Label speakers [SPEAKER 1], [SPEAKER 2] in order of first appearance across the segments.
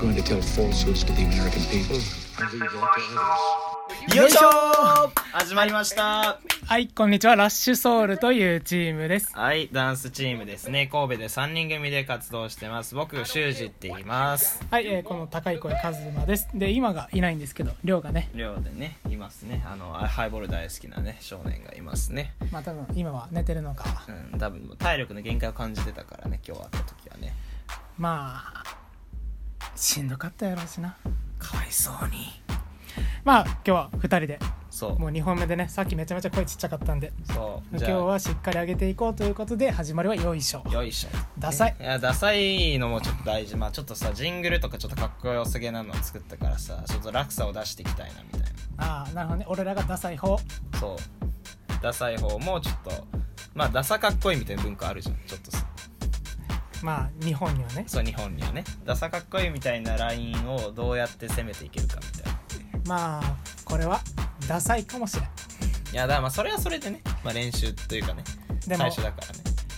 [SPEAKER 1] going to tell falsehoods to the American people and leave that to others.
[SPEAKER 2] よいしょ始まりました
[SPEAKER 3] はい、こんにちは。ラッシュソウルというチームです。
[SPEAKER 2] はいダンスチームですね神戸で3人組で活動してます僕修二って言います
[SPEAKER 3] はい、えーこの高い声、カズマです。で、今がいないんですけど、りょうがね、
[SPEAKER 2] 寮でねいますねあのあハイボール大好きなね少年がいますね
[SPEAKER 3] まあ多分今は寝てるのか、
[SPEAKER 2] うん多分体力の限界を感じてたからね今日会った時はね
[SPEAKER 3] まあ、しんどかったやろうしな。
[SPEAKER 2] かわいそうに
[SPEAKER 3] まあ、今日は2人で、
[SPEAKER 2] そう
[SPEAKER 3] もう2本目でね、さっきめちゃめちゃ声ちっちゃかったんで、
[SPEAKER 2] そう
[SPEAKER 3] 今
[SPEAKER 2] じ
[SPEAKER 3] 日
[SPEAKER 2] ゃあ
[SPEAKER 3] はしっかり上げていこうということで、始まりはよいしょ。
[SPEAKER 2] よいしょ
[SPEAKER 3] ダサい
[SPEAKER 2] いやダサいのもちょっと大事まあちょっとさジングルとかちょっとかっこよすげなのを作ったからさちょっと落差を出していきたいなみたいな
[SPEAKER 3] ああ、なるほどね。俺らがダサい方。
[SPEAKER 2] そうダサい方もちょっとまあダサかっこいいみたいな文化あるじゃんちょっとさ
[SPEAKER 3] まあ、日本にはね。
[SPEAKER 2] そう日本にはねダサかっこいいみたいなラインをどうやって攻めていけるかみたいな
[SPEAKER 3] まあ、これは、ダサいかもしれん。
[SPEAKER 2] いやだからまあそれはそれでね、まあ、練習というかね
[SPEAKER 3] でも
[SPEAKER 2] 最初だからね、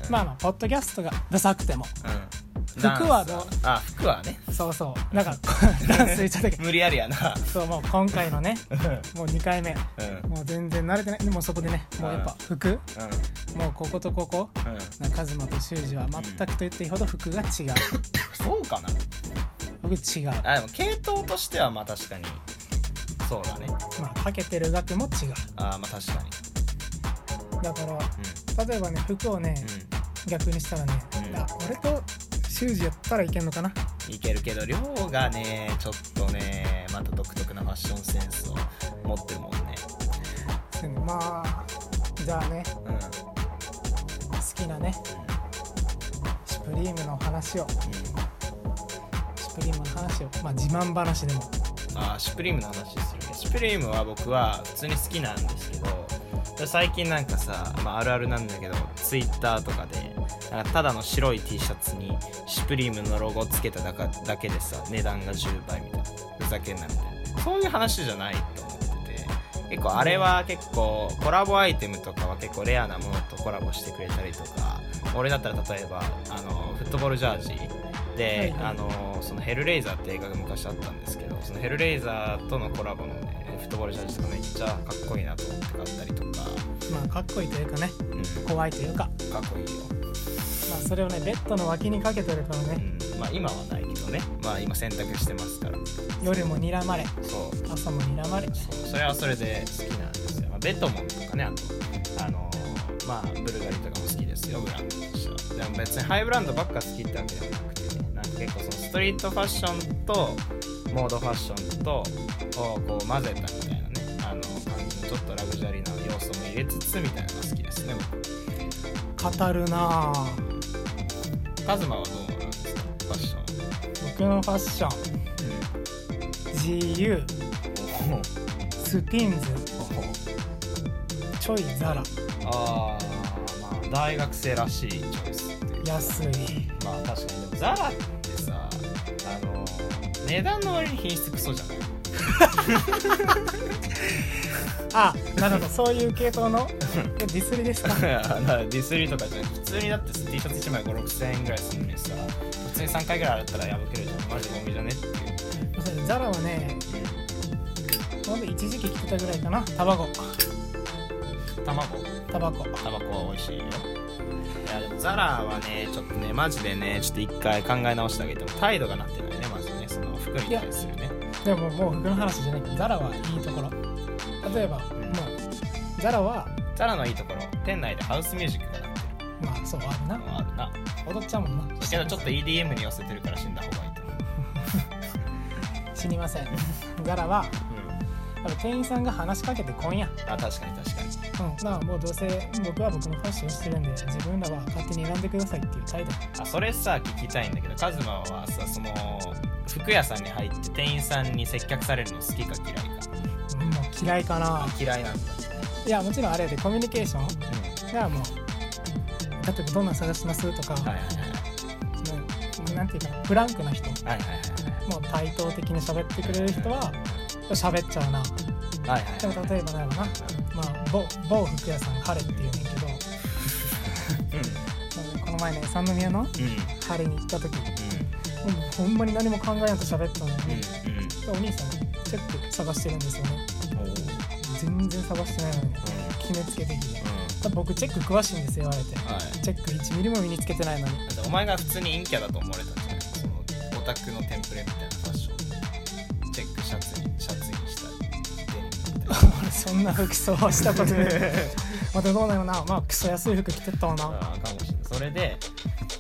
[SPEAKER 2] うん、
[SPEAKER 3] まあまあ、ポッドキャストがダサくても。
[SPEAKER 2] うん
[SPEAKER 3] 服はどう
[SPEAKER 2] ダンスあ服はね
[SPEAKER 3] そうそう。なんか、 ダンス言っちゃったけど。
[SPEAKER 2] 無理やりやな
[SPEAKER 3] そう、もう今回のね、
[SPEAKER 2] うん
[SPEAKER 3] もう2回目。
[SPEAKER 2] うん
[SPEAKER 3] もう全然慣れてないでもそこでねもうやっぱ服もうこことここ
[SPEAKER 2] うん
[SPEAKER 3] なんかカズマと修二は全くと言っていいほど服が違う
[SPEAKER 2] そうかな
[SPEAKER 3] 僕違う
[SPEAKER 2] あでも系統としてはまあ確かにそうだね
[SPEAKER 3] まあかけてる額も違
[SPEAKER 2] あーまあ確かに
[SPEAKER 3] うだから例えばね服をね
[SPEAKER 2] うん、
[SPEAKER 3] 逆にしたらね
[SPEAKER 2] うん
[SPEAKER 3] あ俺と修二やったらいけんのかな
[SPEAKER 2] うん、いけるけど量がねちょっとねまた独特なファッションセンスを持ってるもんね
[SPEAKER 3] でもまあじゃあね
[SPEAKER 2] うんうん
[SPEAKER 3] 好きなねシュプリームの話をシュプリームの話をまあ自慢話でも
[SPEAKER 2] あーシュプリームの話するねシュプリームは僕は普通に好きなんですけどで最近なんかさ、まあ、あるあるなんだけどツイッターとかでなんかただの白い T シャツにシュプリームのロゴつけただかだけでさ値段が10倍みたいなふざけんなみたいなそういう話じゃないと思ってて結構あれは結構コラボアイテムとかは結構レアなものとコラボしてくれたりとか俺だったら例えばあのフットボールジャージで、
[SPEAKER 3] はいはい
[SPEAKER 2] あのそのヘルレイザーって映画が昔あったんですけどそのヘルレイザーとのコラボのねフットボールジャージとかめっちゃかっこいいなと思って買ったりとか、
[SPEAKER 3] まあかっこいいというかね
[SPEAKER 2] うん、
[SPEAKER 3] 怖いというか
[SPEAKER 2] かっこいいよ、
[SPEAKER 3] まあそれをねベッドの脇にかけてるからね
[SPEAKER 2] うん、まあ今はないけどねまあ今選択してますから
[SPEAKER 3] 夜も睨まれ
[SPEAKER 2] そう
[SPEAKER 3] 朝も睨まれ
[SPEAKER 2] そうそれはそれで好きなんですよ、まあ、ベトモンとかねあとあのーまあブルガリとかも好きですよブランドとしてはでも別にハイブランドばっか好きってわけではなくてねなんか結構そのストリートファッションとモードファッションとをこう混ぜたみたいなねあの感じのちょっとラグジュアリーな要素も入れつつみたいなのが好きですね僕
[SPEAKER 3] 語るなあ
[SPEAKER 2] カズマはどうなんですかファッション
[SPEAKER 3] 僕のファッション GU
[SPEAKER 2] おほ
[SPEAKER 3] スピンズ
[SPEAKER 2] おほ
[SPEAKER 3] ちょいザラ
[SPEAKER 2] あーまあ大学生らしいチョイスっていうか
[SPEAKER 3] 安い
[SPEAKER 2] まあ確かにでもザラってさあの値段の割に品質クソじゃない
[SPEAKER 3] あなるほどそういう系統のえディスりですか
[SPEAKER 2] ディスリーとかじゃなくて普通にだってさ T シャツ1枚56000円ぐらいするのにさ普通に3回ぐらい洗ったら破けるじゃんマジゴミじゃねっていう
[SPEAKER 3] ザラはねほんと一時期着てたぐらいかなタバコ
[SPEAKER 2] 卵
[SPEAKER 3] タバコ
[SPEAKER 2] タバコは美味しいよいやでもザラはねちょっとねマジでねちょっと一回考え直してあげても態度がなってないねまずねその服に対するね
[SPEAKER 3] でももう服の話じゃないけどザラはいいところ例えばもうザラは
[SPEAKER 2] ザラのいいところ店内でハウスミュージックがなってる
[SPEAKER 3] まあそうあるな
[SPEAKER 2] のはあるな
[SPEAKER 3] 踊っちゃうもんな
[SPEAKER 2] けどちょっと EDM に寄せてるから死んだ方がいいと思う
[SPEAKER 3] 死にません ザラは
[SPEAKER 2] うん、
[SPEAKER 3] やっぱ店員さんが話しかけてこんや
[SPEAKER 2] あ確かに確かに
[SPEAKER 3] うん、まあもうどうせ僕は僕のファッションしてるんで自分らは勝手に選んでくださいっていう態度
[SPEAKER 2] あそれさ聞きたいんだけどカズマはさその服屋さんに入って店員さんに接客されるの好きか嫌いか
[SPEAKER 3] うんもう嫌いかな
[SPEAKER 2] 嫌いなんだ、
[SPEAKER 3] いやもちろんあれやでコミュニケーション
[SPEAKER 2] う
[SPEAKER 3] がもう例えばどんなん探してますとか、
[SPEAKER 2] ん、はいはい
[SPEAKER 3] うんなんていうかフランクな人
[SPEAKER 2] はいはい
[SPEAKER 3] もう対等的に喋ってくれる人は喋っちゃうな
[SPEAKER 2] はいはいはい
[SPEAKER 3] でも例えばだよなまあ某某服屋さん彼っていうんだけど、
[SPEAKER 2] うん
[SPEAKER 3] うんこの前ね三宮の
[SPEAKER 2] うんうん
[SPEAKER 3] 彼に行った時もうほんまに何も考えなく喋ったのに、
[SPEAKER 2] うんうん
[SPEAKER 3] お兄さんチェック探してるんですよね
[SPEAKER 2] おーうん
[SPEAKER 3] 全然探してないのに決めつけてきて多分僕チェック詳しいんですよあえて
[SPEAKER 2] はい
[SPEAKER 3] チェック1ミリも身につけてないのに
[SPEAKER 2] だってお前が普通に陰キャだと思われたんじゃないそのオタクのテンプレみたいなファッションチェックシャツにシャツにしたりデニムみたいな
[SPEAKER 3] 俺そんな服装はしたことない またどうなのなまあクソ安い服着てったわな
[SPEAKER 2] あかもしれないそれで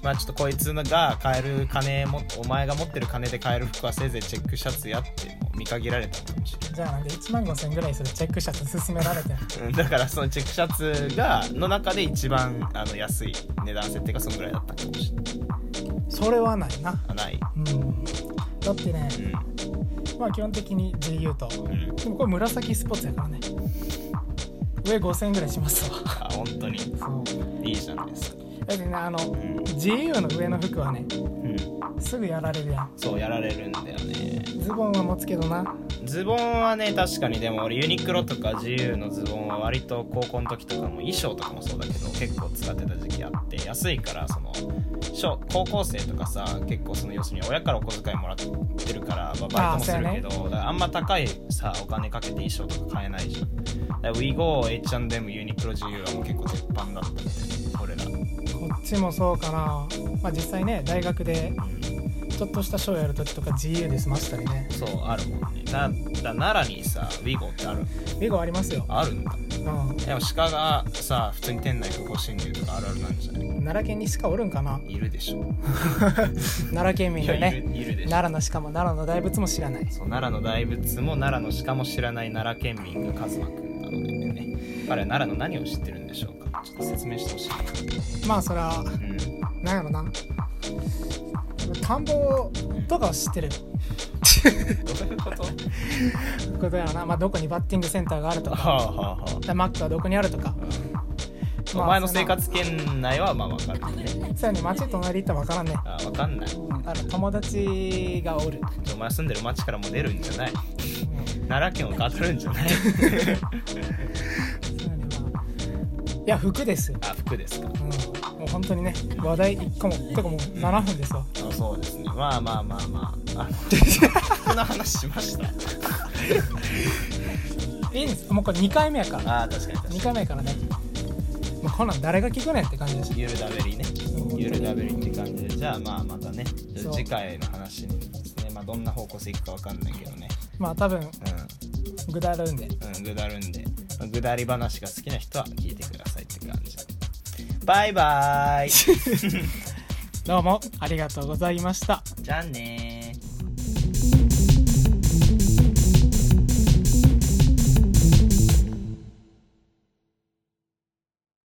[SPEAKER 2] まあちょっとこいつが買える金もお前が持ってる金で買える服はせいぜいチェックシャツやってもう見限られたのかもしれ
[SPEAKER 3] じゃあなんで1万5000ぐらいするチェックシャツ勧められて
[SPEAKER 2] ない、だからそのチェックシャツがの中で一番あの安い値段設定がそのぐらいだったかもしれない
[SPEAKER 3] それはないな
[SPEAKER 2] あない
[SPEAKER 3] うんだってね
[SPEAKER 2] うん
[SPEAKER 3] まあ基本的に GU と
[SPEAKER 2] うん
[SPEAKER 3] でもこれ紫スポーツやからね上5000円ぐらいしますわ
[SPEAKER 2] あ本当に いいじゃないですか
[SPEAKER 3] だってねあの
[SPEAKER 2] ん
[SPEAKER 3] GU の上の服はね
[SPEAKER 2] うん
[SPEAKER 3] すぐやられるやん
[SPEAKER 2] そうやられるんだよね
[SPEAKER 3] ズボンは持つけどな
[SPEAKER 2] ズボンはね確かにでも俺ユニクロとか GU のズボンは割と高校の時とかも衣装とかもそうだけど結構使ってた時期あって安いからその小高校生とかさ結構その要するに親からお小遣いもらってるから、まあ、バイトもするけどだからあんま高いさお金かけて衣装とか買えないじゃんだから WeGoH&M ユニクロ GU はもう結構鉄板だったんだよね俺ら
[SPEAKER 3] こっちもそうかなまあ実際ね大学でちょっとしたショーやるときとか GU で済ましたりね
[SPEAKER 2] そうあるもんねなだ奈良にさ WeGo ってある
[SPEAKER 3] ビゴありますよ、
[SPEAKER 2] あるんだ
[SPEAKER 3] うん、
[SPEAKER 2] でも鹿がさ普通に店内不法侵入とかあるあるなんじゃない
[SPEAKER 3] 奈良県に鹿おるんかない
[SPEAKER 2] るでしょ
[SPEAKER 3] 奈良県民が
[SPEAKER 2] い
[SPEAKER 3] ね
[SPEAKER 2] るいるでしょ
[SPEAKER 3] 奈良の鹿も奈良の大仏も知らない
[SPEAKER 2] そう奈良の大仏も奈良の鹿も知らない奈良県民が一馬くんなのでね彼は奈良の何を知ってるんでしょうかちょっと説明してほしい、
[SPEAKER 3] まあそれは
[SPEAKER 2] うん、
[SPEAKER 3] なんやろな田んぼとかを知ってる
[SPEAKER 2] どういうこと
[SPEAKER 3] ことやろな、まあ、どこにバッティングセンターがあると
[SPEAKER 2] は
[SPEAKER 3] か
[SPEAKER 2] あはあは
[SPEAKER 3] マックはどこにあるとか
[SPEAKER 2] あお前の生活圏内はまあ分かるね
[SPEAKER 3] さらに町隣行ったら分からんね
[SPEAKER 2] あ分かんない
[SPEAKER 3] あの友達がおる、
[SPEAKER 2] お前住んでる町からもう出るんじゃない奈良県を語るんじゃ ない
[SPEAKER 3] さらにまあいや服ですよ、
[SPEAKER 2] あ服ですか
[SPEAKER 3] うん、もう本当にね話題1個もてかもう7分ですわ
[SPEAKER 2] あそうですねまあまあまあまあ あのこんな話しました
[SPEAKER 3] いいんですもうこれ2回目やから
[SPEAKER 2] ああ確かに確かに
[SPEAKER 3] 2回目やからねもうこんなん誰が聞くねんって感じだし
[SPEAKER 2] ゆるだべりねゆるだべりって感じでじゃあまあまたねじゃあ次回の話にですねまあどんな方向性いくかわかんないけどね
[SPEAKER 3] まあ多分ぐだるんで
[SPEAKER 2] うんうんぐだるんでまあぐだり話が好きな人は聞いてくださいって感じバイバーイ
[SPEAKER 3] どうもありがとうございました
[SPEAKER 2] じゃあねー